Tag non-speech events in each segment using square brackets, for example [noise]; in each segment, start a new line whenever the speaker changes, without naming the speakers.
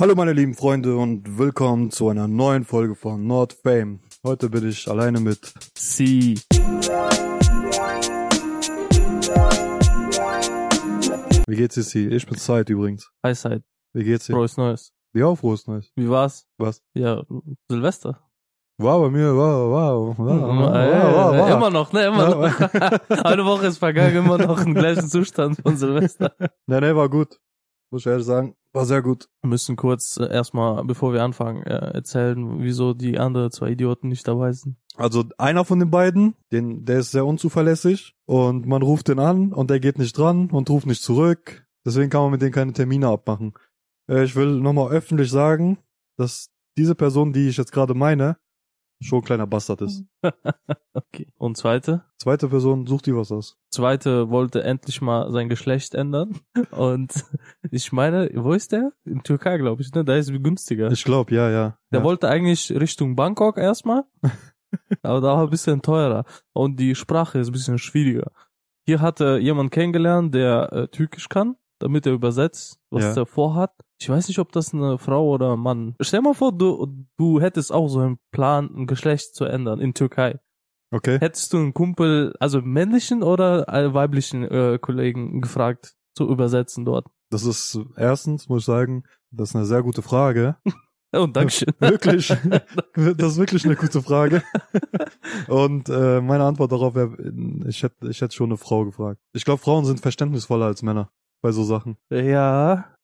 Hallo meine lieben Freunde und willkommen zu einer neuen Folge von Nord Fame. Heute bin ich alleine mit
Sie.
Wie geht's dir, Sie? Ich bin Zeit übrigens.
Hi, Side.
Wie geht's dir?
Frohes Neues.
Ja, frohes Neues.
Wie war's?
Was?
Ja, Silvester.
War bei mir, war, war, war, war, war,
Äh,
war.
Immer noch, ne? Immer
Ja,
noch. [laughs] Eine Woche ist vergangen, immer noch im gleichen Zustand von Silvester.
Nee, nee, war gut. Muss ich ehrlich sagen, war sehr gut.
Wir müssen kurz äh, erstmal, bevor wir anfangen, äh, erzählen, wieso die anderen zwei Idioten nicht dabei sind.
Also einer von den beiden, den, der ist sehr unzuverlässig und man ruft den an und der geht nicht dran und ruft nicht zurück. Deswegen kann man mit denen keine Termine abmachen. Äh, Ich will nochmal öffentlich sagen, dass diese Person, die ich jetzt gerade meine, schon ein kleiner Bastard ist.
Okay. Und zweite?
Zweite Person, such dir was aus.
Zweite wollte endlich mal sein Geschlecht ändern. Und [laughs] ich meine, wo ist der? In Türkei, glaube ich, ne? Da ist es günstiger.
Ich glaub, ja, ja.
Der
ja.
wollte eigentlich Richtung
[laughs]
Bangkok erstmal, aber da war ein bisschen teurer und die Sprache ist ein bisschen schwieriger. Hier hat er jemand kennengelernt, der äh, Türkisch kann, damit er übersetzt, was
Ja.
er vorhat. Ich weiß nicht, ob das eine Frau oder ein Mann. Stell mal vor, du, du hättest auch so einen Plan, ein Geschlecht zu ändern in Türkei.
Okay.
Hättest du einen Kumpel, also männlichen oder äh, weiblichen äh, Kollegen gefragt, zu übersetzen dort?
Das ist erstens, muss ich sagen, das ist eine sehr gute Frage.
Und Dankeschön.
Wirklich. [laughs] das ist wirklich eine gute Frage. Und äh, meine Antwort darauf wäre, ich hätte ich hätte schon eine Frau gefragt. Ich glaube, Frauen sind verständnisvoller als Männer bei so Sachen.
Ja,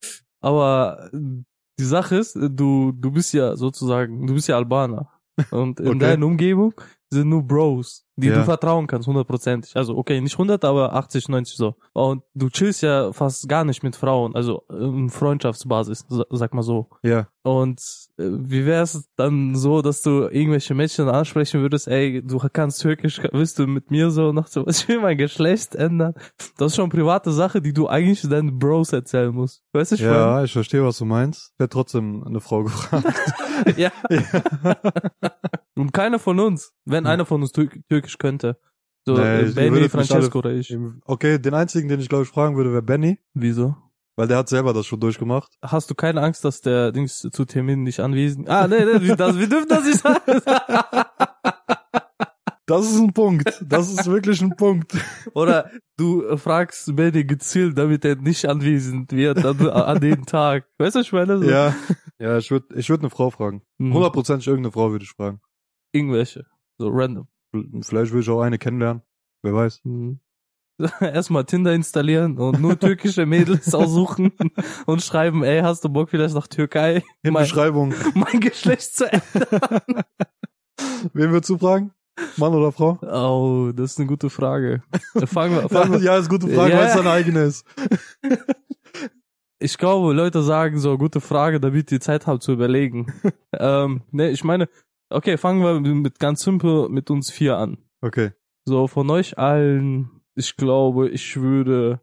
aber äh, die Sache ist, äh, du, du bist ja sozusagen, du bist ja Albaner. Und in
Okay.
deiner Umgebung sind nur Bros, die
Ja.
du vertrauen kannst, hundertprozentig. Also, okay, nicht 100, aber 80, 90 so. Und du chillst ja fast gar nicht mit Frauen, also in Freundschaftsbasis, sa- sag mal so.
Ja.
Und äh, wie wär's dann so, dass du irgendwelche Mädchen ansprechen würdest, ey, du kannst Türkisch, willst du mit mir so noch so, [laughs] ich will mein Geschlecht ändern. Das ist schon private Sache, die du eigentlich deinen Bros erzählen musst. Weißt du schon?
Ja, ich verstehe, was du meinst. Ich hätte trotzdem eine Frau [laughs] gefragt.
[laughs] ja. Und keiner von uns, wenn einer von uns Tür Türkisch könnte. So,
Hm. Nee,
äh,
ihr würdet
Benny,
mich
Francesco oder ich.
Okay, den einzigen, den ich glaube ich fragen würde, wäre Benny,
Wieso?
weil der hat selber das schon durchgemacht.
Hast du keine Angst, dass der Dings zu Termin nicht anwesend Ah, nee, nee, das, wir dürfen das nicht
[laughs]
sagen.
Das ist ein Punkt. Das ist wirklich ein Punkt.
Oder du äh, fragst Benny gezielt, damit er nicht anwesend wird an, äh, an dem Tag. Weißt du, was ich meine? So.
[laughs] Ja. Ja, ich würde ich würd eine Frau fragen.
Mhm.
Hundertprozentig irgendeine Frau würde ich fragen.
Irgendwelche. So random.
Vielleicht würde ich auch eine kennenlernen. Wer weiß.
Mhm. [laughs] Erstmal Tinder installieren und nur türkische [laughs] Mädels aussuchen und schreiben, ey, hast du Bock vielleicht nach Türkei [laughs]
In
Mein-
Beschreibung.
mein Geschlecht zu ändern?
Wen würdest du fragen? Mann oder Frau?
Oh, das ist eine gute Frage. Äh, Fangen wir, fangen wir [laughs]
Ja, ist gute Frage,
Ja.
weil es deine eigene ist.
Ich glaube, Leute sagen so, gute Frage, damit ihr Zeit habt zu [laughs] überlegen. ähm, ne, ich meine, okay, fangen wir mit ganz simpel mit uns vier an.
Okay.
So, von euch allen, ich glaube, ich würde,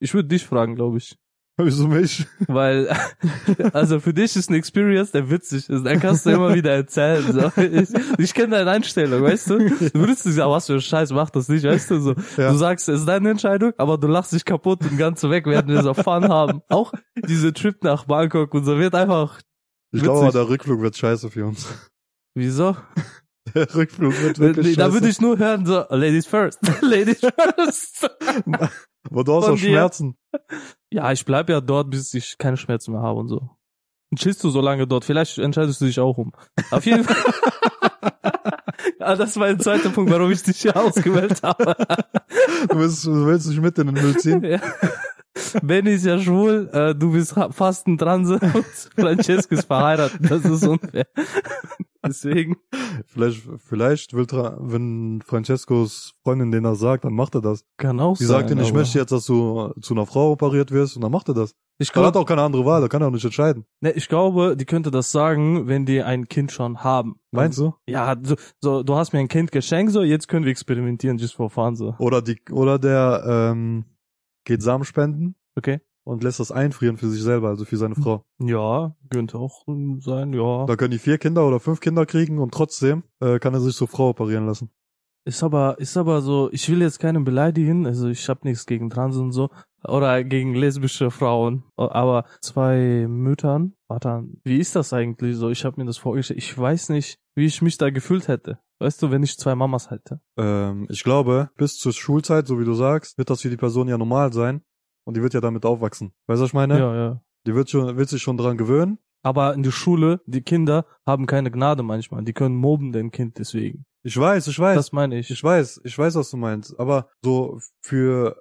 ich würde dich fragen, glaube ich.
Wieso mich? [laughs]
Weil, also für dich ist eine Experience, der witzig ist. Dann kannst du immer wieder erzählen. So. Ich, ich kenne deine Einstellung, weißt du? Du würdest nicht sagen, was für ein Scheiß, mach das nicht, weißt du? So,
Ja.
Du sagst, es ist deine Entscheidung, aber du lachst dich kaputt und ganz weg werden wir so Fun haben. Auch diese Trip nach Bangkok und so wird einfach,
Ich glaube, aber
Witzig.
der Rückflug wird scheiße für uns. [laughs]
wieso?
Der Rückflug wird wirklich
da
scheiße.
würde ich nur hören, so, Ladies
[laughs]
first, Ladies first.
Aber du hast
Von
auch
dir.
Schmerzen.
Ja, ich bleib ja dort, bis ich keine Schmerzen mehr habe und so. Und chillst du so lange dort? Vielleicht entscheidest du dich auch um. Auf
[laughs]
jeden Fall. ah, das war der zweite Punkt, warum ich dich hier
[laughs]
ausgewählt habe.
Du willst, du willst dich mit in den Müll
[laughs]
ziehen?
ja. Benny ist ja schwul, äh, du bist ha- fast ein Transe [laughs] und Francesco ist verheiratet. Das ist unfair. [laughs] Deswegen.
Vielleicht, vielleicht will, Tra- wenn Francescos Freundin den das sagt, dann macht er das.
Kann auch
Die sagt ihm,
sein,
ich
aber-
möchte jetzt, dass du zu einer Frau operiert wirst, und dann macht er das.
Ich
Er hat
glaube,
auch keine andere Wahl, er kann auch nicht entscheiden.
ne, ich glaube, die könnte das sagen, wenn die ein Kind schon haben.
Meinst du?
Ja, so, so, du hast mir ein Kind geschenkt, so, jetzt können wir experimentieren, just for fun, so.
Oder die, oder der, ähm, geht Samen spenden
Okay. Hm.
und lässt das einfrieren für sich selber, also für seine Frau.
Ja, könnte auch ähm, sein, ja.
Da können die vier Kinder oder fünf Kinder kriegen und trotzdem äh, kann er sich zur Frau operieren lassen.
Ist aber, ist aber so, ich will jetzt keinen beleidigen, also ich habe nichts gegen Trans und so, oder gegen lesbische Frauen, aber zwei Müttern, warte, wie ist das eigentlich so? Ich habe mir das vorgestellt, ich weiß nicht, wie ich mich da gefühlt hätte. Weißt du, wenn ich zwei Mamas hätte.
Ähm, ich glaube, bis zur Schulzeit, so wie du sagst, wird das für die Person ja normal sein. Und die wird ja damit aufwachsen. Weißt du, was ich meine?
Ja, ja.
Die wird, schon, wird sich schon dran gewöhnen.
ne? Aber in der Schule, die Kinder haben keine Gnade manchmal. Die können moben den Kind deswegen.
Ich weiß, ich weiß.
Das meine ich.
ich weiß, ich weiß, was du meinst. Aber so für,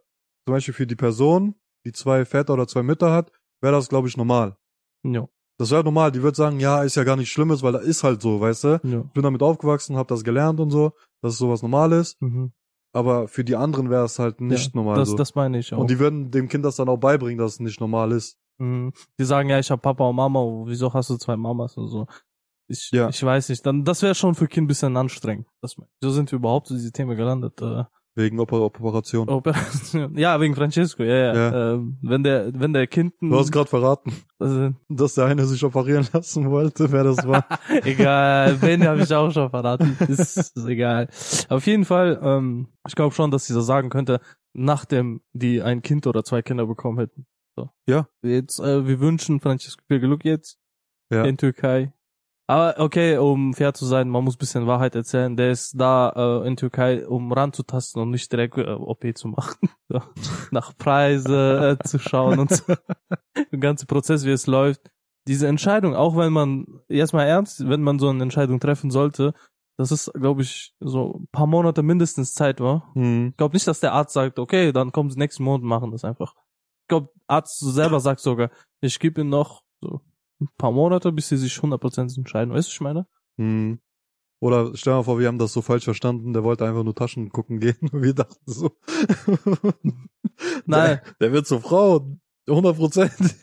zum Beispiel für die Person, die zwei Väter oder zwei Mütter hat, wäre das, glaube ich, normal.
Ja,
Das wäre normal. Die wird sagen, ja, ist ja gar nichts Schlimmes, weil da ist halt so, weißt du?
ja.
Ich bin damit aufgewachsen, habe das gelernt und so, dass es sowas normal ist.
Mhm.
Aber für die anderen wäre es halt nicht normal
Das,
so.
das meine ich auch.
und die würden dem Kind das dann auch beibringen, dass es nicht normal ist.
Mhm. Die sagen, ja, ich hab Papa und Mama, wieso hast du zwei Mamas und so. Ich,
Ja.
ich weiß nicht. Dann, das wäre schon für Kind ein bisschen anstrengend. Das, mein- so sind wir überhaupt zu diesem Thema gelandet. Äh, [laughs]
Wegen Oper Operation.
Oh, Operation. Ja, wegen Francesco, ja, ja.
Ja.
Ähm, wenn der, wenn der Kind,
Du hast gerade verraten, [laughs]
also,
dass der eine sich operieren lassen wollte, wer das
[laughs]
war.
egal, wenn, habe ich auch schon verraten. Ist, ist egal. Auf jeden Fall, ähm, ich glaube schon, dass dieser sagen könnte, nachdem die ein Kind oder zwei Kinder bekommen hätten. So.
Ja.
Jetzt, äh, wir wünschen Francesco viel Glück jetzt.
ja.
in Türkei. Aber okay, um fair zu sein, man muss bisschen Wahrheit erzählen. Der ist da äh, in Türkei, um ranzutasten und nicht direkt äh, OP zu machen. [laughs] So. Nach Preise äh, zu schauen und
[laughs]
so. Der ganze Prozess, wie es läuft. Diese Entscheidung, auch wenn man, jetzt mal ernst, wenn man so eine Entscheidung treffen sollte, das ist, glaube ich, so ein paar Monate mindestens Zeit, war.
Hm.
Ich glaube nicht, dass der Arzt sagt, okay, dann kommen sie nächsten Monat und machen das einfach. Ich glaube, Arzt selber sagt sogar, ich gebe ihm noch so ein paar Monate, bis sie sich 100% entscheiden. Weißt du, was ich meine?
Hm. Oder stell dir mal vor, wir haben das so falsch verstanden, der wollte einfach nur Taschen gucken gehen [laughs] und wir dachten so.
Nein,
Der, der wird zur Frau, 100 Prozent.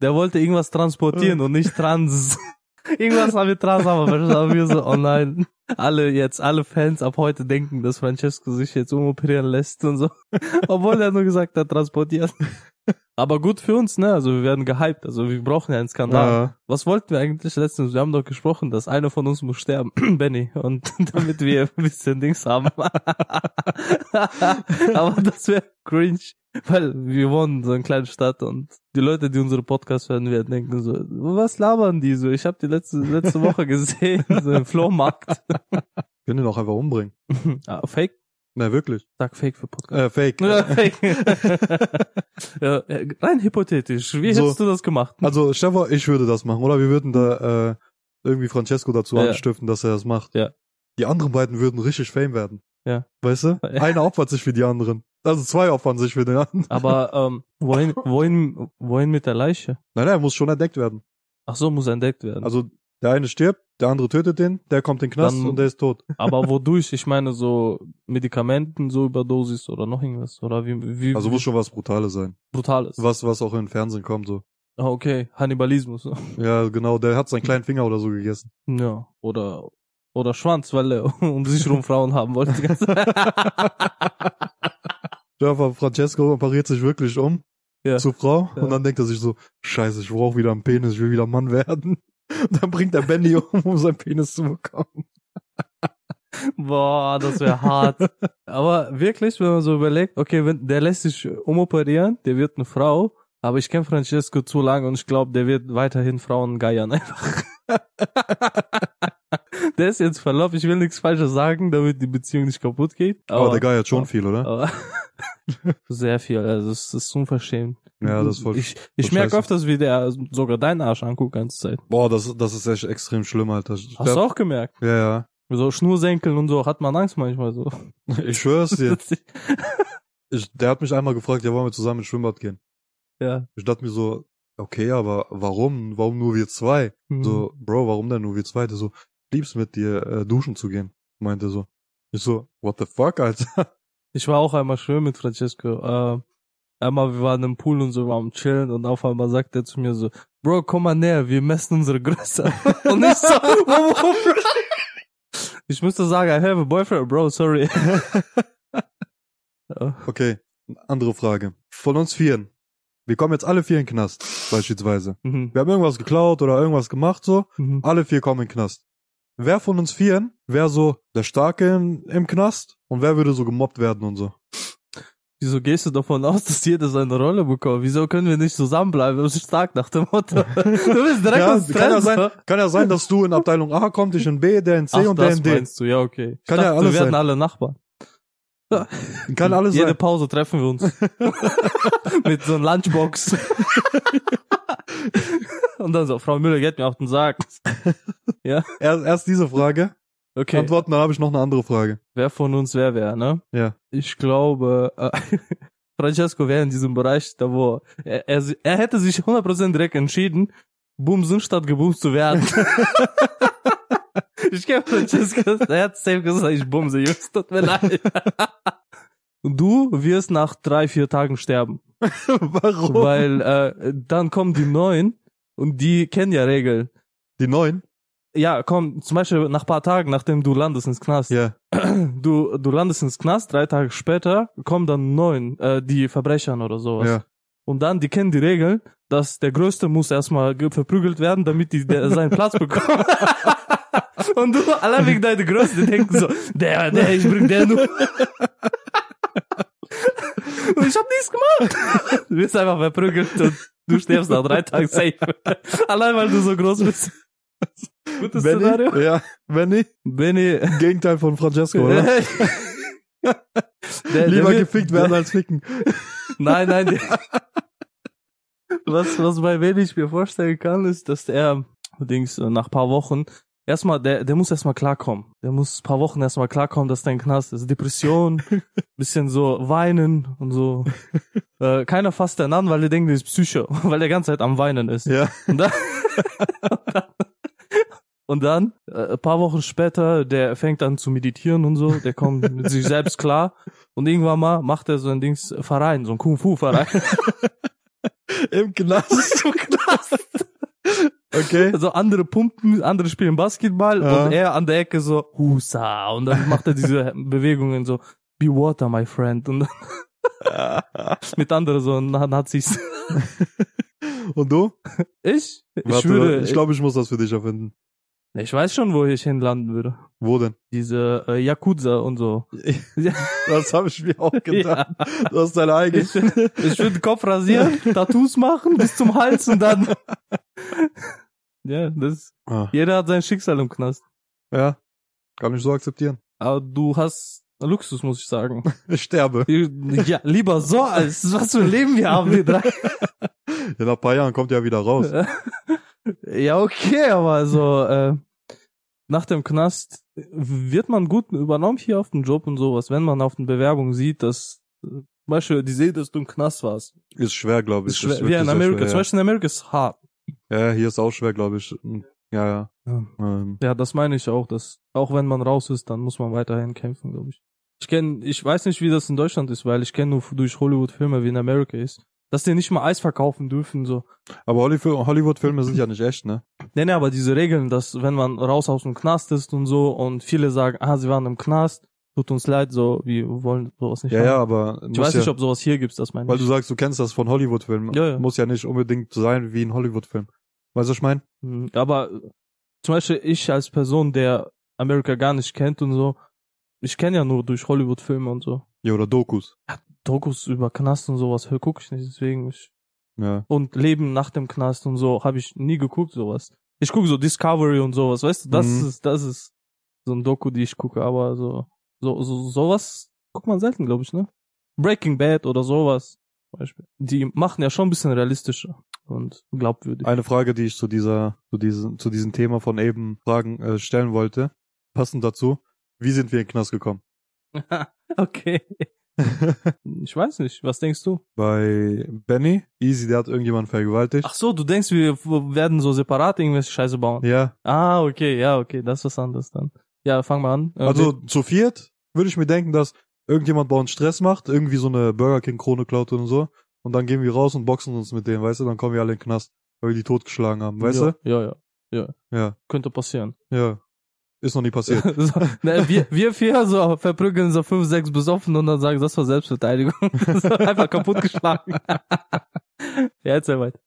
der wollte irgendwas transportieren und nicht trans. [laughs] irgendwas haben wir trans, aber verstanden, aber wir so, oh nein. Alle jetzt, alle Fans ab heute denken, dass Francesco sich jetzt umoperieren lässt und so. [laughs] Obwohl er nur gesagt hat, transportieren. Aber gut für uns, ne? Also wir werden gehypt. Also wir brauchen ja einen Skandal.
Ja.
Was wollten wir eigentlich letztens? Wir haben doch gesprochen, dass einer von uns muss sterben, [clears throat] Benny, und [laughs] damit wir ein bisschen Dings haben. [laughs] Aber das wäre cringe, weil wir wohnen in so einer kleinen Stadt und die Leute, die unsere Podcasts hören werden, denken so, was labern die so? Ich habe die letzte letzte Woche gesehen, so im Flohmarkt.
Können ihn auch einfach umbringen.
ah, fake?
Na, wirklich.
Sag Fake für Podcast.
Äh, fake.
Ja, fake. [laughs] ja, äh, rein hypothetisch. Wie
So.
hättest du das gemacht?
Also, Stefan, ich würde das machen, oder? Wir würden da äh, irgendwie Francesco dazu
Ja.
anstiften, dass er das macht.
Ja.
Die anderen beiden würden richtig Fame werden.
Ja.
Weißt du?
[laughs] Ja.
Einer opfert sich für die anderen. Also zwei opfern sich für den anderen. [laughs]
Aber ähm, wohin, wohin, wohin mit der Leiche?
Nein, nein, muss schon entdeckt werden.
Ach so, muss entdeckt werden.
Also der eine stirbt, der andere tötet den, der kommt in den Knast
Dann-
und der ist tot.
Aber wodurch? Ich meine so Medikamenten, so Überdosis oder noch irgendwas oder wie wie
Also
wie
muss schon was Brutales sein.
brutal ist.
Was, was auch im Fernsehen kommt, so.
Ah, okay, Hannibalismus. [laughs]
Ja, genau, der hat seinen
Hm.
kleinen Finger oder so gegessen.
ja, oder oder Schwanz, weil er [laughs] um sich rum Frauen haben wollte. die ganze
Dörfer Francesco operiert sich wirklich um
Ja.
zur Frau
Ja.
und dann denkt er sich so, scheiße, ich brauche wieder einen Penis, ich will wieder Mann werden. [laughs] Und dann bringt er Benny um, um seinen Penis zu bekommen.
Boah, das wäre hart. [laughs] Aber wirklich, wenn man so überlegt, okay, wenn der lässt sich umoperieren, der wird eine Frau, aber ich kenne Francesco zu lange und ich glaube, der wird weiterhin Frauen geiern einfach. [laughs] der ist jetzt verlobt, ich will nichts Falsches sagen, damit die Beziehung nicht kaputt geht.
Aber
Aber,
der Guy hat schon
aber-
viel, oder?
[laughs] aber sehr viel, also es ist unverschämt.
Ja, das ist voll-
Ich, ich
voll
merke
scheiße.
öfters, wie der sogar deinen Arsch anguckt, ganze Zeit.
Boah, das, das ist echt extrem schlimm, Alter. Ich
Hast du
glaub-
auch gemerkt?
Ja,
[laughs]
ja.
So Schnursenkeln und so hat man Angst manchmal so.
Ich schwör's
[laughs]
dir. Ich, der hat mich einmal gefragt, ja, wollen wir zusammen ins Schwimmbad gehen?
ja.
Ich dachte mir so, okay, aber warum? Warum nur wir zwei? So,
Mhm.
Bro, warum denn nur wir zwei? Der so, liebst mit dir äh, duschen zu gehen, meinte so. Ich so, what the fuck, Alter?
Ich war auch einmal schön mit Francesco. Äh, einmal, wir waren im Pool und so, waren am Chillen und auf einmal sagt er zu mir so, Bro, komm mal näher, wir messen
[laughs]
unsere Größe. und ich so, "Wow, wow, Bro." Ich müsste sagen, I have a boyfriend, bro, sorry. [laughs] Ja.
Okay, andere Frage. Von uns vieren. Wir kommen jetzt alle vier in den Knast, beispielsweise.
Mhm.
Wir haben irgendwas geklaut oder irgendwas gemacht, so.
Mhm.
Alle vier kommen in den Knast. wer von uns Vieren wäre so der Starke in, im Knast und wer würde so gemobbt werden und so.
Wieso gehst du davon aus, dass jeder seine Rolle bekommt? Wieso können wir nicht zusammenbleiben? Das ist stark nach dem
[laughs]
Motto. Du bist direkt
Ja,
aus
kann, ja sein, kann ja sein, dass du in Abteilung A kommst, ich in B, der in C
Ach,
und der
das
in D.
meinst du, ja, okay. Ich
Kann
dachte,
ja alles
wir werden
sein.
alle Nachbarn.
Kann alles
Jede
sein.
Pause treffen wir
[laughs]
uns. Mit so einem Lunchbox. [laughs] Und dann so, Frau Müller, geht mir auf den Sack.
Erst, erst diese Frage.
Okay.
Antworten, dann habe ich noch eine andere
[laughs]
Frage.
wer von uns wer wäre, ne?
Ja.
Ich glaube, äh, [laughs] Francesco wäre in diesem Bereich, da wo er, er, si- er hätte sich 100% direkt entschieden, bumsen statt gebumst zu
[laughs]
werden. ich kenne Francesco, er hat safe gesagt, ich bumse, Jungs, tut mir
[laughs]
leid. Du wirst nach drei, vier Tagen sterben,
Warum?
weil äh, dann kommen die Neuen und die kennen ja Regeln.
Die neun?
Ja, komm, zum Beispiel nach paar Tagen, nachdem du landest ins Knast,
Ja.
du, du landest ins Knast, drei Tage später kommen dann neun, äh, die Verbrechern oder sowas.
ja.
Und dann, die kennen die Regeln, dass der Größte muss erstmal ge- verprügelt werden, damit die der, seinen Platz bekommen. [laughs] Und du, allein wegen deiner Größe, die denken so, der, der, ich bring der nur. [laughs] Und ich hab nichts gemacht. Du wirst einfach verprügelt und du stirbst nach drei Tagen safe. [laughs] Allein, weil du so groß bist. Gutes Szenario.
Benny? Ja. Benny?
Benny,
Gegenteil von
[laughs]
Francesco, oder?
Äh, Der-
Lieber
der wird-
gefickt werden als
[laughs]
ficken.
Nein, nein. der- was, was bei wen ich mir vorstellen kann, ist, dass er, Dings, äh, nach paar Wochen, erstmal, der, der muss erstmal klarkommen. Der muss paar Wochen erstmal klarkommen, dass dein Knast ist. [laughs] Depression, bisschen so weinen und so. Äh, keiner fasst den an, weil der denkt, der ist Psycho, [laughs] weil der ganze Zeit am Weinen ist.
Ja.
Und dann, und dann äh, ein paar Wochen später, der fängt an zu meditieren und so, der kommt mit sich selbst klar. Und irgendwann mal macht er so ein Dings äh, Verein, so ein Kung-Fu-Verein.
Im Knast.
[laughs] so krass.
Okay.
Also andere pumpen, andere spielen Basketball
Ja.
und er an der Ecke so, Husa. Und dann macht er diese
[laughs]
Bewegungen so, Be water, my friend. Und
[laughs]
dann mit anderen so Na- Nazis.
Und du?
Ich? Ich
Warte,
würde,
ich glaube, ich muss das für dich erfinden.
ich weiß schon, wo ich hinlanden würde.
Wo
[laughs]
denn?
Diese äh, Yakuza und so.
Das habe ich mir auch gedacht.
Ja.
Du hast deine eigene.
Ich, ich würde den Kopf
[laughs]
rasieren, Tattoos machen bis zum Hals und dann. ja, das.
Ah,
Jeder hat sein Schicksal im Knast.
ja. Kann ich so akzeptieren.
Aber du hast Luxus, muss ich sagen.
Ich sterbe.
[laughs] Ja, lieber so als was für ein Leben wir haben, wir drei.
Ja, nach ein paar Jahren kommt er wieder raus.
Ja, okay, aber so, äh, nach dem Knast wird man gut übernommen hier auf dem Job und sowas, wenn man auf den Bewerbungen sieht, dass äh, zum Beispiel die sehen, dass du im Knast warst.
Ist schwer, glaube ich.
Ist schwer,
wirklich
ja, in
sehr
Amerika, zum
schwer,
Beispiel in Amerika ist hart.
ja. ja, hier ist auch schwer, glaube ich. Hm. Ja, ja. Ähm,
Ja, das meine ich auch, dass auch wenn man raus ist, dann muss man weiterhin kämpfen, glaube ich. Ich kenne, ich weiß nicht, wie das in Deutschland ist, weil ich kenne nur durch Hollywood Filme, wie in Amerika ist, dass die nicht mal Eis verkaufen dürfen so.
aber Hollywood- Hollywood-Filme sind ja nicht echt, ne?
Nee, nee, aber diese Regeln, dass wenn man raus aus dem Knast ist und so und viele sagen, ah, sie waren im Knast, tut uns leid, so, wir wollen sowas nicht
Ja,
haben.
ja, aber
Ich
muss
weiß
ja,
nicht, ob sowas hier gibt, das meine
weil
ich.
du sagst, du kennst das von Hollywood-Filmen.
Ja, ja.
Muss ja nicht unbedingt sein wie ein Hollywood-Film. Weißt du, was ich meine?
Mhm, Aber äh, zum Beispiel ich als Person, der Amerika gar nicht kennt und so, ich kenne ja nur durch Hollywood-Filme und so.
Ja, oder Dokus.
Dokus über Knast und sowas gucke ich nicht, deswegen ich
Ja.
und Leben nach dem Knast und so habe ich nie geguckt sowas. Ich gucke so Discovery und sowas, weißt du, das
Mhm.
ist das ist so ein Doku, die ich gucke, aber so so, so sowas guckt man selten, glaube ich, ne? Breaking Bad oder sowas zum Beispiel. Die machen ja schon ein bisschen realistischer und glaubwürdig.
Eine Frage, die ich zu dieser, zu diesem, zu diesem Thema von eben Fragen äh, stellen wollte, passend dazu. Wie sind wir in den Knast gekommen?
[laughs]
[laughs]
Okay. ich weiß nicht, was denkst du?
Bei Benny, Easy, der hat irgendjemanden vergewaltigt.
Ach so, du denkst, wir w- werden so separat irgendwelche Scheiße bauen.
Ja,
Ah, okay, ja, okay, das ist was anderes dann. Ja, fang mal an. Äh,
also zu viert würde ich mir denken, dass irgendjemand bei uns Stress macht, irgendwie so eine Burger King Krone klaut und so. Und dann gehen wir raus und boxen uns mit denen, weißt du? Dann kommen wir alle in den Knast, weil wir die totgeschlagen haben, weißt
ja, Ja, ja,
du? Ja,
könnte passieren.
ja. Ist noch nie passiert.
[laughs] So, ne, wir, wir vier so verprügeln so fünf, sechs besoffen und dann sagen, das [laughs] war Selbstverteidigung. so, einfach kaputtgeschlagen. ja, erzähl weiter.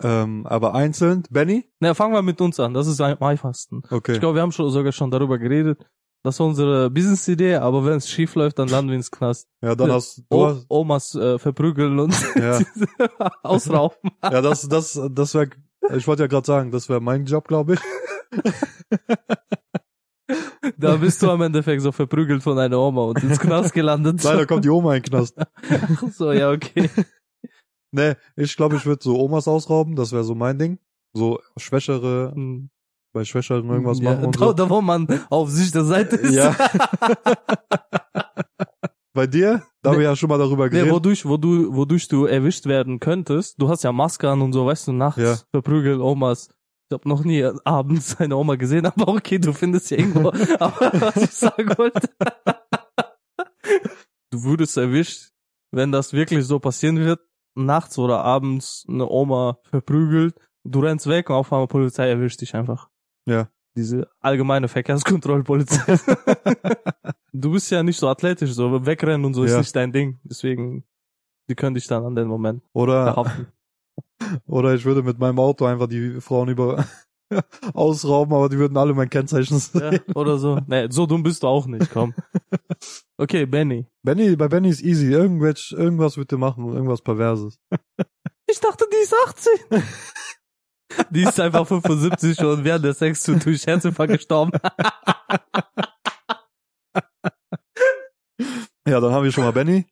Ähm, aber einzeln, Benny?
Na, fangen wir mit uns an. Das ist am einfachsten.
Okay.
Ich glaube, wir haben schon, sogar schon darüber geredet. Das war unsere Business-Idee, aber wenn es schief läuft, dann landen wir ins Knast.
ja, dann hast du
O
hast,
Omas äh, verprügeln und [laughs]
ja,
ausrauben.
ja, das das das wäre ich wollte ja gerade sagen, das wäre mein Job, glaube ich.
Da bist du am Endeffekt so verprügelt von einer Oma und ins Knast gelandet. [laughs]
Leider kommt die Oma in den Knast.
so, ja, okay.
Nee, ich glaube, ich würde so Omas ausrauben, das wäre so mein Ding. So schwächere,
Hm.
bei schwächeren irgendwas
ja, genau
machen und
da,
so.
da, wo man auf sich der Seite ist.
Ja. Bei dir, da haben wir ja schon mal darüber
Nee,
geredet.
wodurch, wodurch, wodurch du erwischt werden könntest, du hast ja Maske an und so, weißt du, nachts
Ja.
verprügeln Omas. Ich habe noch nie [laughs] abends eine Oma gesehen, aber okay, du findest ja irgendwo, [laughs] aber was ich sagen wollte. du würdest erwischt, wenn das wirklich so passieren wird, nachts oder abends eine Oma verprügelt, du rennst weg und auf einmal Polizei erwischt dich einfach.
Ja.
Diese allgemeine
[laughs]
Verkehrskontrollpolizei. du bist ja nicht so athletisch, so wegrennen und so ist
Ja.
nicht dein Ding. Deswegen, die können dich dann an den Moment
Oder,
verhaften.
oder ich würde mit meinem Auto einfach die Frauen über [laughs] ausrauben, aber die würden alle mein Kennzeichen sehen. [laughs]
Ja, oder so. Nee, so dumm bist du auch nicht, komm. Okay, Benny.
Benny, bei Benny ist easy. Irgendwelch, irgendwas wird dir machen, irgendwas Perverses.
Ich dachte, die ist
[laughs]
18. Die ist einfach 75 und während der Sex zu durch Herzinfarkt gestorben.
Ja, dann haben wir schon mal Benny.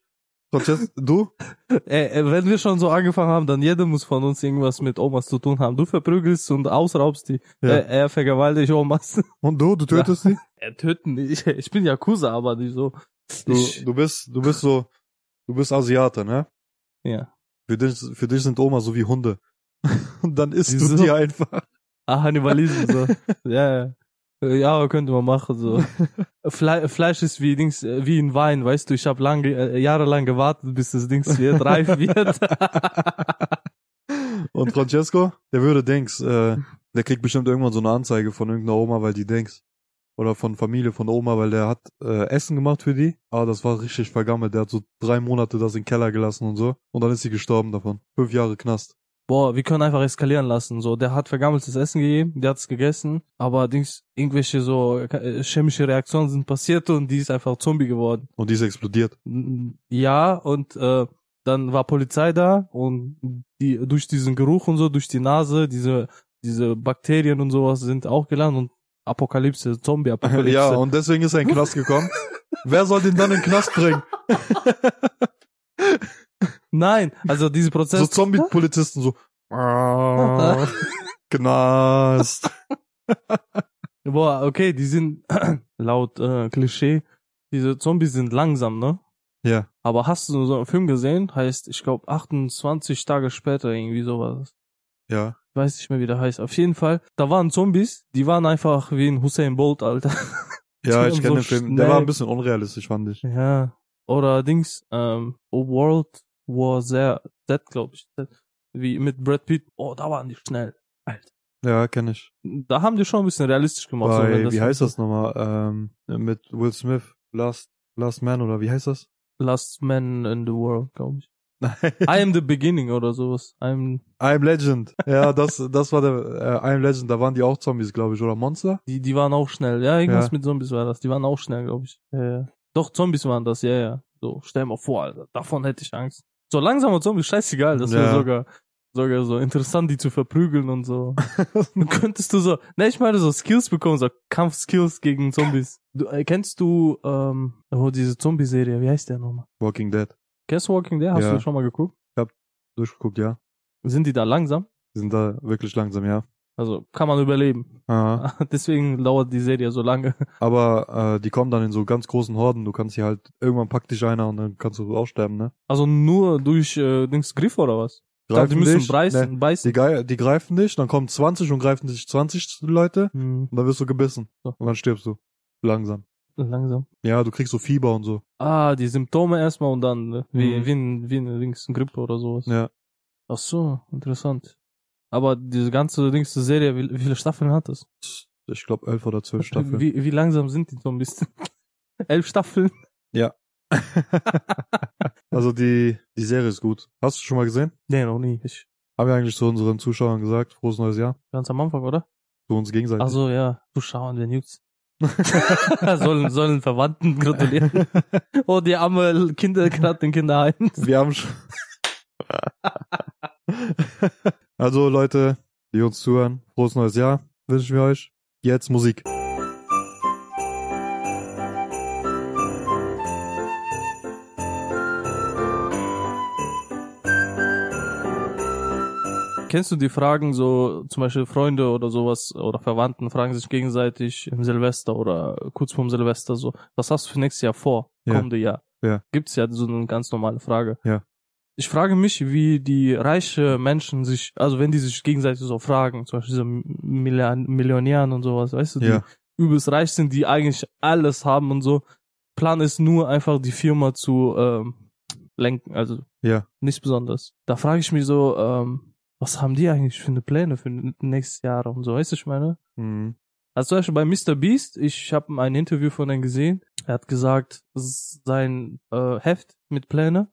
Francesco, du?
Ey, ey, Äh, wenn wir schon so angefangen haben, dann jeder muss von uns irgendwas mit Omas zu tun haben. Du verprügelst und ausraubst die.
Ja.
Äh, er vergewaltigt Omas.
Und du? Du tötest sie?
[laughs] Er töten nicht. Ich bin Yakuza, aber nicht so.
Du,
Ich,
du bist, du bist so, du bist Asiate, ne?
ja.
Für dich, für dich sind Oma so wie Hunde. [laughs] Und dann isst
Wieso?
du die einfach.
Ah, Hannibalismus, so. [laughs] ja, ja. Äh, Ja, könnte man machen, [laughs] so. Fle Fleisch ist wie Dings, äh, wie in Wein, weißt du, ich habe lange, äh, jahrelang gewartet, bis das Dings wird, reif [laughs] wird.
Und Francesco, der würde Dings, äh, der kriegt bestimmt irgendwann so eine Anzeige von irgendeiner Oma, weil die Dings. Oder von Familie von Oma, weil der hat äh, Essen gemacht für die. Aber das war richtig vergammelt. Der hat so drei Monate das in den Keller gelassen und so. Und dann ist sie gestorben davon. Fünf Jahre Knast.
Boah, wir können einfach eskalieren lassen, so. Der hat vergammeltes Essen gegeben, der hat's gegessen, aber Dings, irgendwelche so äh, chemische Reaktionen sind passiert und die ist einfach Zombie geworden.
Und die ist
[laughs]
explodiert.
Ja, und äh, dann war Polizei da und die durch diesen Geruch und so, durch die Nase, diese, diese Bakterien und sowas sind auch gelandet und Apokalypse, Zombie-Apokalypse.
Ja, und deswegen ist er in den Knast
[laughs]
gekommen. Wer soll den dann in den Knast bringen?
Nein, also diese Prozess.
So Zombie-Polizisten so. [laughs] Knast.
boah, okay, die sind [clears throat] laut äh, Klischee, diese Zombies sind langsam, ne?
Ja.
Aber hast du so einen Film gesehen? Heißt, ich glaube, 28 Tage später irgendwie sowas. [laughs]
Ja.
Ich weiß nicht mehr, wie der heißt. Auf jeden Fall, da waren Zombies, die waren einfach wie ein Hussein Bolt, Alter. [laughs]
Ja,
So-
ich kenne
so
den Film. Der
schnell.
war ein bisschen unrealistisch, fand ich.
Ja. Oder Dings, ähm, A World War Z, Z glaube ich. Z, wie mit Brad Pitt. Oh, da waren die schnell.
Ja, kenne ich.
Da haben die schon ein bisschen realistisch gemacht. so, wenn
Bei, wie heißt das nochmal? Ähm, mit Will Smith, Last, Last Man oder wie heißt das? [laughs]
Last Man in the World, glaube ich.
Nein.
I am the Beginning oder sowas. I'm,
I'm Legend. Ja, das, das war der äh, I'm Legend. Da waren die auch Zombies, glaube ich, oder Monster?
die, die waren auch schnell. Ja, irgendwas
Ja.
mit Zombies war das. Die waren auch schnell, glaube ich. Ja, ja. Doch, Zombies waren das, ja, ja. So, stell mal vor, Alter. Davon hätte ich Angst. So langsame Zombies, scheißegal. Das wäre
Ja.
sogar, sogar so interessant, die zu verprügeln
[laughs]
und so. Dann könntest du so, ne, ich meine so Skills bekommen, so Kampfskills gegen Zombies. Du, äh, kennst du, ähm, oh, diese Zombie-Serie, wie heißt der nochmal?
Walking Dead.
Guess Walking Dead, hast
Ja.
du schon mal geguckt?
Durchgeguckt, ja.
Sind die da langsam?
Die sind da wirklich langsam, ja.
Also, kann man überleben. [laughs]
Aha.
Deswegen dauert die Serie so lange.
Aber äh, die kommen dann in so ganz großen Horden. Du kannst sie halt, irgendwann packt dich einer und dann kannst du auch sterben, ne?
Also nur durch, äh, Dings Griff oder was? Ich dachte, die müssen beißen,
ne?
beißen.
Die, gei- die greifen dich, dann kommen 20 und greifen dich 20 Leute
Hm,
und dann wirst du gebissen.
So.
Und dann stirbst du. Langsam.
langsam.
Ja, du kriegst so Fieber und so.
Ah, die Symptome erstmal und dann, äh, wie,
Mhm.
wie, ein, wie ein Dings, ein Grippe oder sowas.
Ja.
Ach so, interessant. Aber diese ganze Dings Serie, wie, wie viele Staffeln hat das?
Ich glaube elf oder zwölf Staffeln.
Wie, wie langsam sind die so ein bisschen? [laughs] Elf Staffeln?
Also die, die Serie ist gut. Hast du schon mal gesehen?
Nee, noch nie. Ich
Haben wir eigentlich zu unseren Zuschauern gesagt, frohes neues Jahr.
Ganz am Anfang, oder?
Zu uns gegenseitig.
Ach so, ja. Zuschauern, wen juckt's? [laughs] sollen, sollen Verwandten [laughs] gratulieren. Oh, die arme Kinder, gerade den Kinderheim.
[laughs] Wir haben schon. [laughs] also Leute, die uns zuhören, frohes neues Jahr wünschen wir euch. Jetzt Musik.
Kennst du die Fragen so, zum Beispiel Freunde oder sowas oder Verwandten fragen sich gegenseitig im Silvester oder kurz vorm Silvester so, was hast du für nächstes Jahr vor?
Ja.
Kommende Jahr.
Ja.
Gibt's ja so eine ganz normale Frage.
Ja.
Ich frage mich, wie die reiche Menschen sich, also wenn die sich gegenseitig so fragen, zum Beispiel so Million- Millionären und sowas, weißt du, die
Ja.
übelst reich sind, die eigentlich alles haben und so. Plan ist nur einfach die Firma zu ähm, lenken, also
Ja.
nichts Besonderes. Da frage ich mich so, ähm, was haben die eigentlich für eine Pläne für n- nächstes Jahr und so, weißt du, ich meine?
Mhm.
Also zum Beispiel bei Mr. Beast, ich habe ein Interview von ihm gesehen, er hat gesagt, s- sein äh, Heft mit Pläne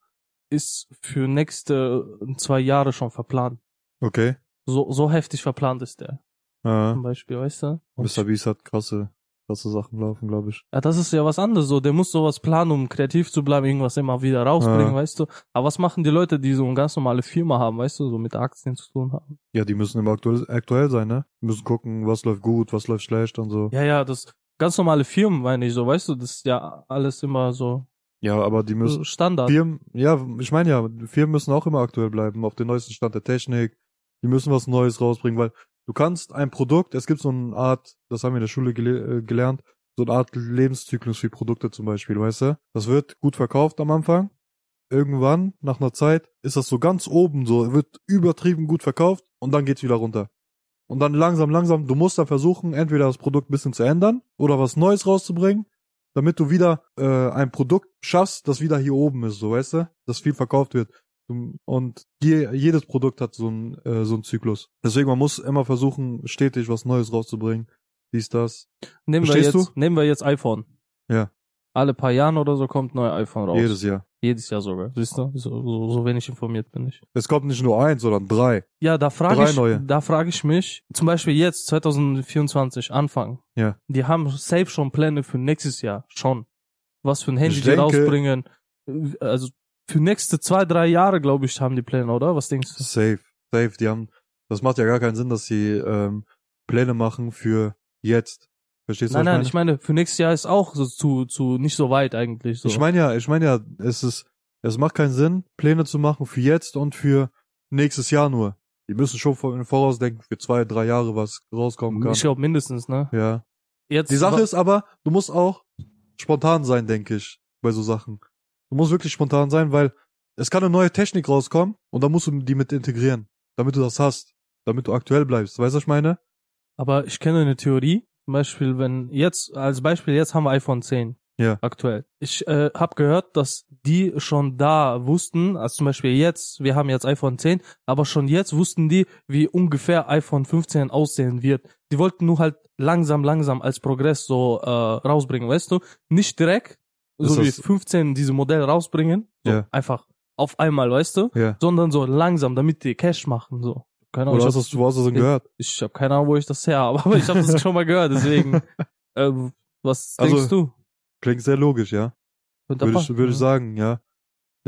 ist für nächste äh, zwei Jahre schon verplant.
Okay.
So, so heftig verplant ist der,
Äh,
zum Beispiel, weißt du? Und
Mr. Beast hat krasse, krasse Sachen laufen, glaube ich.
Ja, das ist ja was anderes. So, der muss sowas planen, um kreativ zu bleiben, irgendwas immer wieder rausbringen,
Ja.
weißt du. Aber was machen die Leute, die so eine ganz normale Firma haben, weißt du, so mit Aktien zu tun haben?
Ja, die müssen immer aktuell, aktuell sein, ne? Die müssen gucken, was läuft gut, was läuft schlecht und so.
Ja, ja, das ganz normale Firmen, meine ich so, weißt du, das ist ja alles immer so
Ja, aber die müssen,
Standard.
Firmen, ja, ich meine ja, Firmen müssen auch immer aktuell bleiben, auf den neuesten Stand der Technik. Die müssen was Neues rausbringen, weil du kannst ein Produkt, es gibt so eine Art, das haben wir in der Schule gele äh, gelernt, so eine Art Lebenszyklus für Produkte zum Beispiel, weißt du? Das wird gut verkauft am Anfang. Irgendwann, nach einer Zeit, ist das so ganz oben, so wird übertrieben gut verkauft und dann geht's wieder runter. Und dann langsam, langsam, du musst dann versuchen, entweder das Produkt ein bisschen zu ändern oder was Neues rauszubringen, damit du wieder äh, ein Produkt schaffst, das wieder hier oben ist, so weißt du, das viel verkauft wird. Und je, jedes Produkt hat so einen äh, so einen Zyklus. Deswegen man muss immer versuchen, stetig was Neues rauszubringen. Dies, das.
Nehmen wir jetzt,
Verstehst
nehmen wir jetzt iPhone.
Ja.
Alle paar Jahren oder so kommt ein neues iPhone raus.
Jedes Jahr.
Jedes Jahr sogar. Siehst du? So, so, so wenig informiert bin ich.
Es kommt nicht nur eins, sondern drei.
Ja, da frage
Drei
ich,
neue.
da frage ich mich, zum Beispiel jetzt 2024 Anfang.
Ja.
Die haben safe schon Pläne für nächstes Jahr schon. Was für ein Handy
Ich
die
denke-
rausbringen. Also für nächste zwei drei Jahre glaube ich haben die Pläne, oder? Was denkst du?
Safe. Safe. Die haben. Das macht ja gar keinen Sinn, dass sie ähm, Pläne machen für jetzt. Verstehst du?
Nein, nein,
was
ich meine, für nächstes Jahr ist auch so zu zu nicht so weit eigentlich. So.
Ich meine ja, ich meine ja, es ist, es macht keinen Sinn, Pläne zu machen für jetzt und für nächstes Jahr nur. Die müssen schon vor- im Voraus denken, für zwei, drei Jahre was rauskommen kann.
ich glaube mindestens, ne?
Ja.
Jetzt
Die Sache
wa-
ist aber, du musst auch spontan sein, denke ich, bei so Sachen. Du musst wirklich spontan sein, weil es kann eine neue Technik rauskommen und da musst du die mit integrieren, damit du das hast, damit du aktuell bleibst. Weißt du, was ich meine?
Aber ich kenne eine Theorie. Zum Beispiel, wenn jetzt, als Beispiel, jetzt haben wir iPhone 10.
Ja.
Aktuell. Ich äh, habe gehört, dass die schon da wussten, also zum Beispiel jetzt, wir haben jetzt iPhone 10, aber schon jetzt wussten die, wie ungefähr iPhone 15 aussehen wird. Die wollten nur halt langsam, langsam als Progress so äh, rausbringen, weißt du? Nicht direkt, so
Ist
wie
das-
15 diese Modell rausbringen, so
Ja.
einfach auf einmal, weißt du?
Ja.
Sondern so langsam, damit die Cash machen, so. Keine Ahnung,
Oder
Genau,
hast
ich hab-
du das zu Hause so
ich-
gehört?
ich habe keine Ahnung, wo ich das her habe, [laughs] aber ich habe das schon mal gehört,
[laughs]
deswegen. äh, was
Also,
denkst du?
Klingt sehr logisch, ja.
Könnte
Würde ich,
passen,
würde ich
ne?
sagen, ja.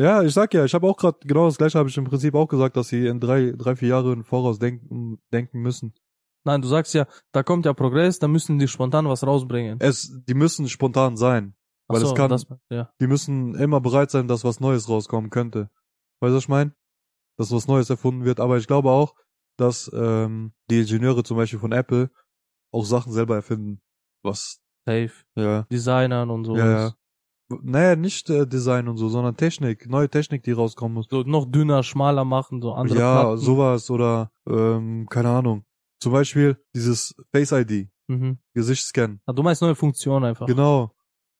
Ja, ich sag ja, ich habe auch gerade genau das gleiche habe ich im Prinzip auch gesagt, dass sie in drei, drei, vier Jahre im Voraus denken, denken müssen.
Nein, du sagst ja, da kommt ja Progress, da müssen die spontan was rausbringen.
Es, die müssen spontan sein.
Ach
Äh, weil es kann-
das, ja.
Die müssen immer bereit sein, dass was Neues rauskommen könnte. Weißt du, was ich meine? Dass was Neues erfunden wird. Aber ich glaube auch, dass ähm, die Ingenieure zum Beispiel von Apple auch Sachen selber erfinden. Was,
Safe.
ja.
Designern und so.
Ja, ja. Naja, nicht äh, Design und so, sondern Technik, neue Technik, die rauskommen muss.
So noch dünner, schmaler machen, so andere
ja,
Platten.
sowas oder ähm, keine Ahnung. Zum Beispiel dieses Face ID,
Mhm.
Gesichtsscan.
Ah, du meinst neue Funktion einfach.
Genau.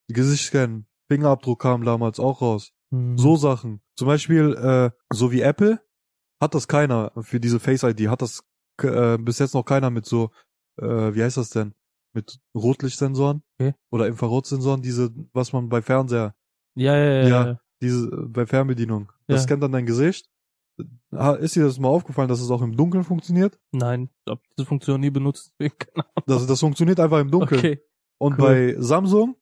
Gesichtsscan, Fingerabdruck kam damals auch raus.
Mhm.
So Sachen. Zum Beispiel, äh, so wie Apple, hat das keiner für diese Face ID, hat das äh, bis jetzt noch keiner mit so, äh, wie heißt das denn? Mit Rotlichtsensoren
Okay.
oder Infrarotsensoren, diese, was man bei Fernseher
Ja, ja, ja.
Ja.
ja.
diese äh, bei Fernbedienung. Das
Ja.
scannt dann dein Gesicht Äh, Ha- Ist dir das mal aufgefallen, dass es auch im Dunkeln funktioniert?
Nein, ich habe diese Funktion nie benutzt. deswegen [laughs] keine Ahnung.
Das, das funktioniert einfach im Dunkeln.
Oh. Okay,
Und
cool.
bei Samsung,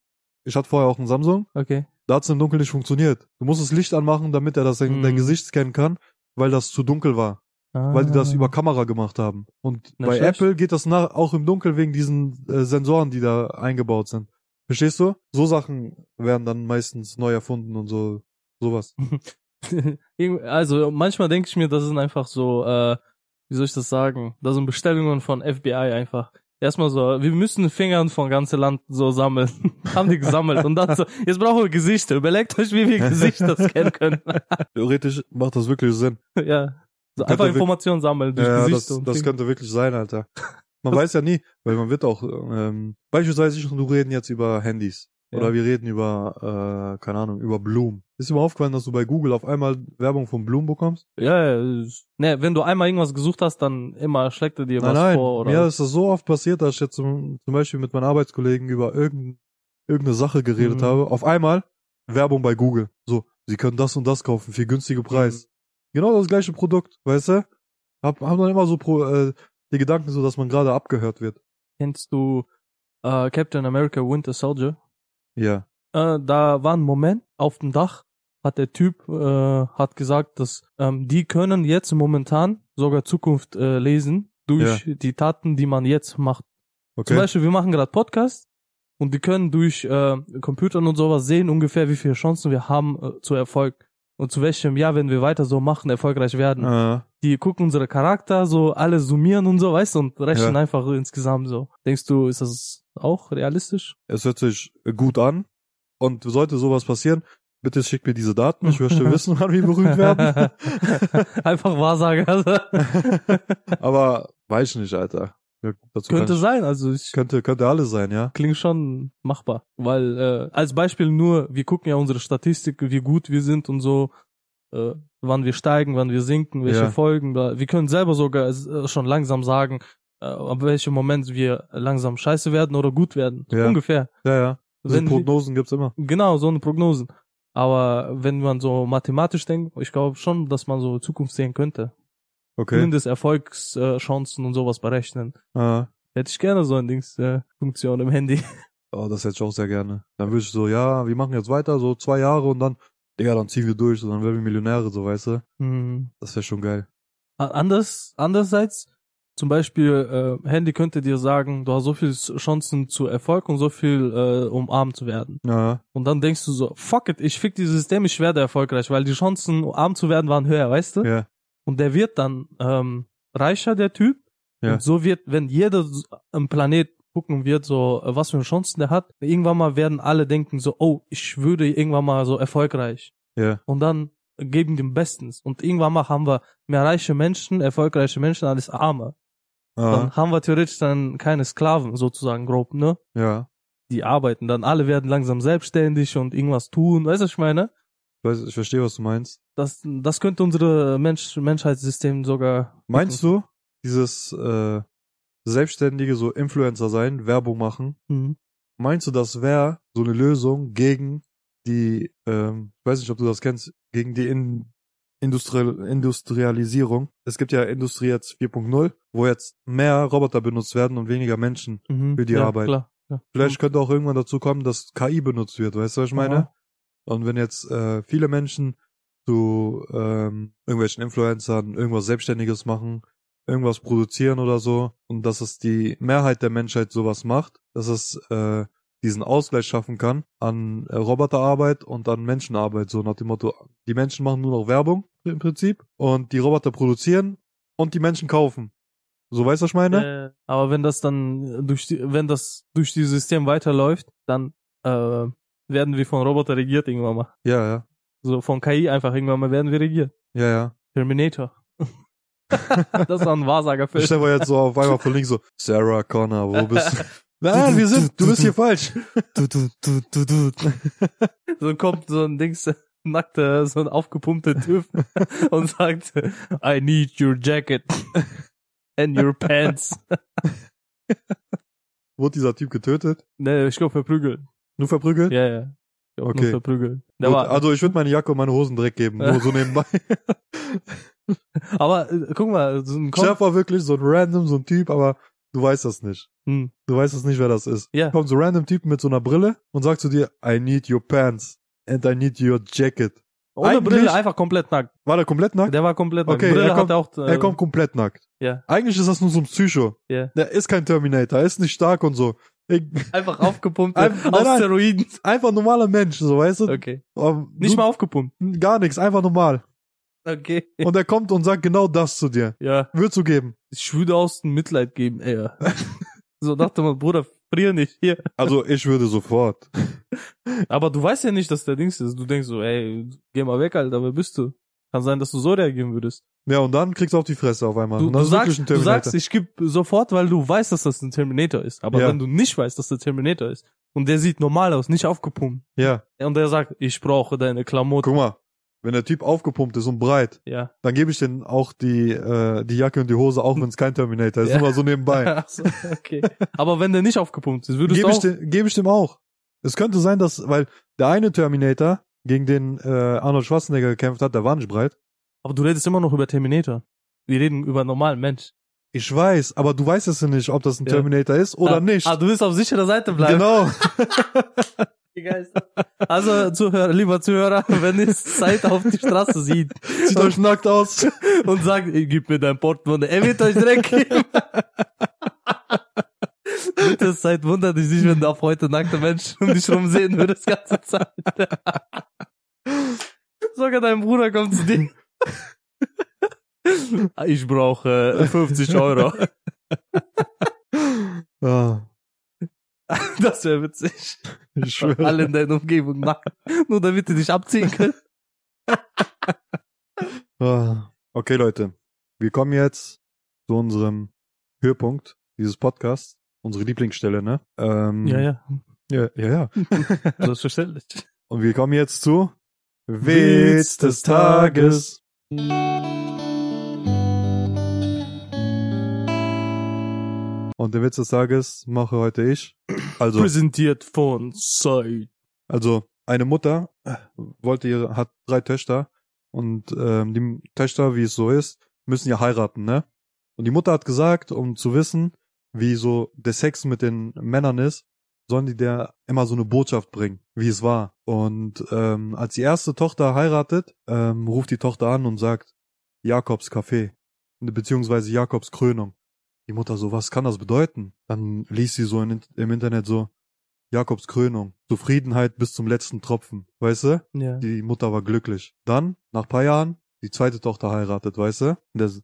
ich hatte vorher auch einen Samsung,
okay.
da hat es im Dunkeln nicht funktioniert. Du musst das Licht anmachen, damit er das dein,
Mhm.
dein Gesicht scannen kann, weil das zu dunkel war. Weil die das über Kamera gemacht haben. Und
Ah. Na,
bei
schlecht.
Apple geht das nach, auch im Dunkeln wegen diesen äh, Sensoren, die da eingebaut sind. Verstehst du? So Sachen werden dann meistens neu erfunden und so sowas.
[laughs] Irgend- also manchmal denke ich mir, das sind einfach so, äh, wie soll ich das sagen? Das sind Bestellungen von FBI einfach. Erstmal so, wir müssen Fingern von ganzem Land so sammeln. [laughs] Haben die gesammelt und dann so, jetzt brauchen wir Gesichter. Überlegt euch, wie wir Gesichter scannen können. [laughs]
Theoretisch macht das wirklich Sinn.
ja. So einfach
Könnte wir-
Informationen sammeln durch
Ja, Äh, das,
Gesichter und
das
Finger.
könnte wirklich sein, Alter. [laughs] Man weiß ja nie, weil man wird auch, ähm, beispielsweise ich und du reden jetzt über Handys.
Ja.
Oder wir reden über, äh, keine Ahnung, über Bloom. Ist dir mal aufgefallen, dass du bei Google auf einmal Werbung von Bloom bekommst?
Ja, ja. ist- Ne, wenn du einmal irgendwas gesucht hast, dann immer schlägt er dir
Nein,
was
nein.
vor oder.
Mir ist das so oft passiert, dass ich jetzt zum, zum Beispiel mit meinen Arbeitskollegen über irgendein, irgendeine Sache geredet
Mhm.
habe. Auf einmal Werbung bei Google. So, sie können das und das kaufen für günstige Preis.
Mhm.
Genau das gleiche Produkt, weißt du? Hab, haben dann immer so pro, äh, die Gedanken so, dass man gerade abgehört wird.
Kennst du äh, Captain America Winter Soldier?
Ja.
äh, da war ein Moment auf dem Dach, hat der Typ äh, hat gesagt, dass ähm, die können jetzt momentan sogar Zukunft äh, lesen durch die Taten, die man jetzt macht.
Okay.
Zum Beispiel, wir machen gerade Podcast und die können durch äh, Computern und sowas sehen ungefähr, wie viele Chancen wir haben äh, zu Erfolg und zu welchem Jahr, wenn wir weiter so machen, erfolgreich werden.
äh,
Die gucken unsere Charakter so, alle summieren und so, weißt du, und rechnen
Ja.
einfach insgesamt so. Denkst du, ist das auch realistisch?
es hört sich gut an und sollte sowas passieren, bitte schickt mir diese Daten. Ich
[laughs]
möchte wissen, wann wir berühmt werden.
Einfach [laughs] Wahrsager.
Aber weiß ich nicht, Alter. Ja, dazu kann
Könnte
ich,
sein, also ich
könnte, könnte alles sein, ja.
klingt schon machbar, weil äh, als Beispiel nur, wir gucken ja unsere Statistik, wie gut wir sind und so, äh, wann wir steigen, wann wir sinken, welche
Ja.
Folgen, bla. wir können selber sogar äh, schon langsam sagen, äh, ab welchem Moment wir langsam scheiße werden oder gut werden, so
Ja.
ungefähr.
Ja, ja. Diese
Also Wenn wir-
Prognosen gibt's immer.
Genau, so eine Prognosen. Aber wenn man so mathematisch denkt, ich glaube schon, dass man so Zukunft sehen könnte.
Okay.
Mindesterfolgschancen und sowas berechnen.
Äh,
Hätte ich gerne so ein Dings, äh, Funktion im Handy.
oh, das hätte ich auch sehr gerne. Dann würde ich so, ja, wir machen jetzt weiter, so zwei Jahre und dann, Digga, dann ziehen wir durch und dann werden wir Millionäre, so weißt du.
Hm.
Das wäre schon geil.
A- Anders, andererseits, zum Beispiel, äh, Handy könnte dir sagen, du hast so viele Chancen zu Erfolg und so viel, äh, um arm zu werden.
Ja,
Und dann denkst du so, fuck it, ich fick dieses System, ich werde erfolgreich, weil die Chancen, um arm zu werden, waren höher, weißt du?
ja,
Und der wird dann ähm, reicher, der Typ.
Ja.
Und so wird, wenn jeder so am Planet gucken wird, so äh, was für Chancen der hat, irgendwann mal werden alle denken so, oh, ich würde irgendwann mal so erfolgreich.
ja.
Und dann geben dem Bestens. Und irgendwann mal haben wir mehr reiche Menschen, erfolgreiche Menschen als arme.
Ah,
Dann haben wir theoretisch dann keine Sklaven sozusagen grob, ne?
ja.
Die arbeiten dann. Alle werden langsam selbstständig und irgendwas tun. Weißt du, was ich meine?
Ich, weiß, ich verstehe, was du meinst.
Das, das könnte unsere Mensch, Menschheitssystem sogar.
Meinst du, dieses äh, Selbstständige, so Influencer sein, Werbung machen,
Mhm.
meinst du, das wäre so eine Lösung gegen die, ähm, ich weiß nicht, ob du das kennst, gegen die in Industri Industrialisierung? Es gibt ja Industrie jetzt 4.0, wo jetzt mehr Roboter benutzt werden und weniger Menschen.
Mhm,
für die
ja,
Arbeit.
Klar, ja. Mhm.
Vielleicht könnte auch irgendwann dazu kommen, dass KI benutzt wird, weißt du, was ich meine?
Aha.
Und wenn jetzt äh, viele Menschen zu ähm, irgendwelchen Influencern irgendwas Selbstständiges machen, irgendwas produzieren oder so, und dass es die Mehrheit der Menschheit sowas macht, dass es äh, diesen Ausgleich schaffen kann an äh, Roboterarbeit und an Menschenarbeit, so nach dem Motto, die Menschen machen nur noch Werbung im Prinzip und die Roboter produzieren und die Menschen kaufen. So weißt du, was ich meine?
Äh, aber wenn das dann durch die, wenn das durch dieses System weiterläuft, dann äh, werden wir von Roboter regiert irgendwann mal.
Ja, ja.
So von KI einfach irgendwann mal werden wir regiert.
Ja, ja.
Terminator. [laughs] das war ein Wahrsagerfilm.
[laughs] Ich war jetzt so auf einmal von links so, Sarah Connor, wo [laughs] bist du? Nein, wir sind, du bist hier falsch.
Du, du, du, du, du. so kommt so ein Dings, [laughs] nackter, so ein aufgepumpter Typ
[laughs]
und sagt, I need your jacket [laughs] and your pants.
Wurde dieser Typ getötet?
Ne, ich glaube verprügeln.
Nur verprügelt?
Ja, ja. Ich glaub,
Okay.
Nur verprügeln. Der
Gut,
war, [laughs]
also ich würde meine Jacke und meine Hosen direkt geben, nur so nebenbei.
Aber äh, guck mal, so ein Kom
Chef war wirklich so ein random, so ein Typ, aber du weißt das nicht.
Hm.
Du weißt das nicht, wer das ist.
Ja.
Kommt so random Typ mit so einer Brille und sagt zu dir, I need your pants and I need your jacket.
Ohne
Eigentlich-
Brille, einfach komplett nackt.
War der komplett nackt?
Der war komplett nackt.
Okay,
Brille
er kommt-
hat er auch. Äh,
er kommt komplett nackt.
Ja.
Eigentlich ist das nur so ein Psycho.
Ja.
Der ist kein Terminator, er ist nicht stark und so. Er-
Einfach aufgepumpt
Einf-
auf
nein, nein.
Steroiden.
[laughs] Einfach normaler Mensch, so weißt du?
Okay.
Aber
Nicht
du-
mal aufgepumpt.
Gar nichts, einfach normal.
Okay.
Und er kommt und sagt genau das zu dir.
[laughs] Ja.
Würdest du geben?
Ich würde aus dem Mitleid
[laughs]
geben, ey. so dachte man, Bruder, frier nicht hier.
Also ich würde sofort.
Aber du weißt ja nicht, dass der Dings ist. Du denkst so, ey, geh mal weg, Alter, wer bist du? Kann sein, dass du so reagieren würdest.
Ja, und dann kriegst du auf die Fresse auf einmal.
Du,
und das
du,
ist wirklich ein
sagst, du
Terminator.
sagst, ich geb sofort, weil du weißt, dass das ein Terminator ist. Aber
Ja.
wenn du nicht weißt, dass der Terminator ist und der sieht normal aus, nicht aufgepumpt,
ja,
und der sagt, ich brauche deine Klamotten,
guck mal. Wenn der Typ aufgepumpt ist und breit,
ja.
dann gebe ich denen auch die, äh, die Jacke und die Hose, auch wenn es kein Terminator ist.
Ja.
Nur mal so nebenbei.
Ach so, okay. Aber wenn der nicht aufgepumpt ist, würdest
Gebe
[laughs] du
ich,
auch...
dem- geb ich dem auch. Es könnte sein, dass, weil der eine Terminator, gegen den äh, Arnold Schwarzenegger gekämpft hat, der war nicht breit.
Aber du redest immer noch über Terminator. Wir reden über einen normalen Mensch.
Ich weiß, aber du weißt es ja nicht, ob das ein
Ja.
Terminator ist oder
ah,
nicht.
Ah, du willst auf sicherer Seite bleiben. [laughs]
genau.
Also, Zuhörer, lieber Zuhörer, [laughs] wenn ihr Zeit auf die Straße sieht
Sieht euch nackt
[laughs]
aus.
und sagt, "Ey, gib mir dein Portemonnaie, er wird euch Dreck geben. Bitte Zeit wundert dich nicht, wenn du auf heute nackte Menschen um dich rumsehen würdest, ganze Zeit. Sogar dein Bruder kommt zu dir. Ich brauche 50 Euro.
Ja,
Das wäre witzig.
Ah, ich schwöre.
Alle in deiner Umgebung nackt. Nur damit die dich abziehen können.
Ah. Okay, Leute. Wir kommen jetzt zu unserem Höhepunkt dieses Podcasts. Unsere Lieblingsstelle, ne? Ähm,
ja.
Ja, ja, ja.
Selbstverständlich.
Und wir kommen jetzt zu
Witz des Tages.
Und den Witz des Tages mache heute ich. Also,
Präsentiert von Side.
also eine Mutter äh, wollte ihre, hat drei Töchter und ähm, die Töchter, wie es so ist, müssen ja heiraten, ne? Und die Mutter hat gesagt, um zu wissen, wie so der Sex mit den Männern ist, sollen die der immer so eine Botschaft bringen, wie es war. Und ähm, als die erste Tochter heiratet, ähm, ruft die Tochter an und sagt, Jakobs Café, beziehungsweise Jakobs Krönung. Die Mutter so, was kann das bedeuten? Dann liest sie so in, im Internet so, Jakobs Krönung, Zufriedenheit bis zum letzten Tropfen, weißt du?
Ja.
Die Mutter war glücklich. Dann, nach paar Jahren, die zweite Tochter heiratet, weißt du? Und, das,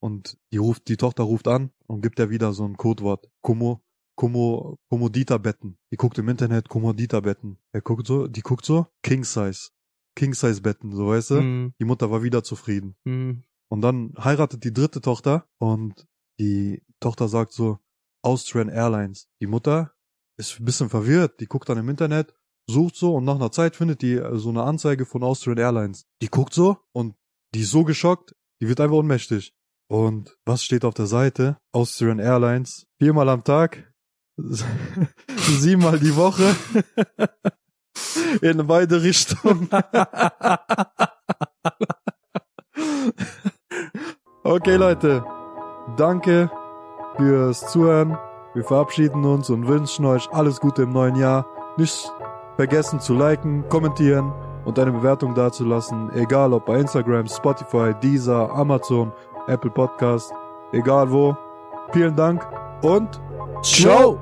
und die ruft, die Tochter ruft an und gibt der wieder so ein Codewort. Komo, Komo, Komodita-Betten. Die guckt im Internet Komodita-Betten. Er guckt so, die guckt so, King-Size. King-Size-Betten, so weißt du?
Mm,
Die Mutter war wieder zufrieden.
mm.
Und dann heiratet die dritte Tochter und die Tochter sagt so, Austrian Airlines. Die Mutter ist ein bisschen verwirrt, die guckt dann im Internet, sucht so und nach einer Zeit findet die äh, so eine Anzeige von Austrian Airlines. Die guckt so und die ist so geschockt, die wird einfach ohnmächtig. Und was steht auf der Seite? Austrian Airlines. Viermal am Tag, [laughs] siebenmal die Woche, [laughs] in beide Richtungen. Okay, Leute. Danke fürs Zuhören. Wir verabschieden uns und wünschen euch alles Gute im neuen Jahr. Nicht vergessen zu liken, kommentieren und eine Bewertung dazulassen, egal ob bei Instagram, Spotify, Deezer, Amazon, Apple Podcast, egal wo. Vielen Dank und ciao.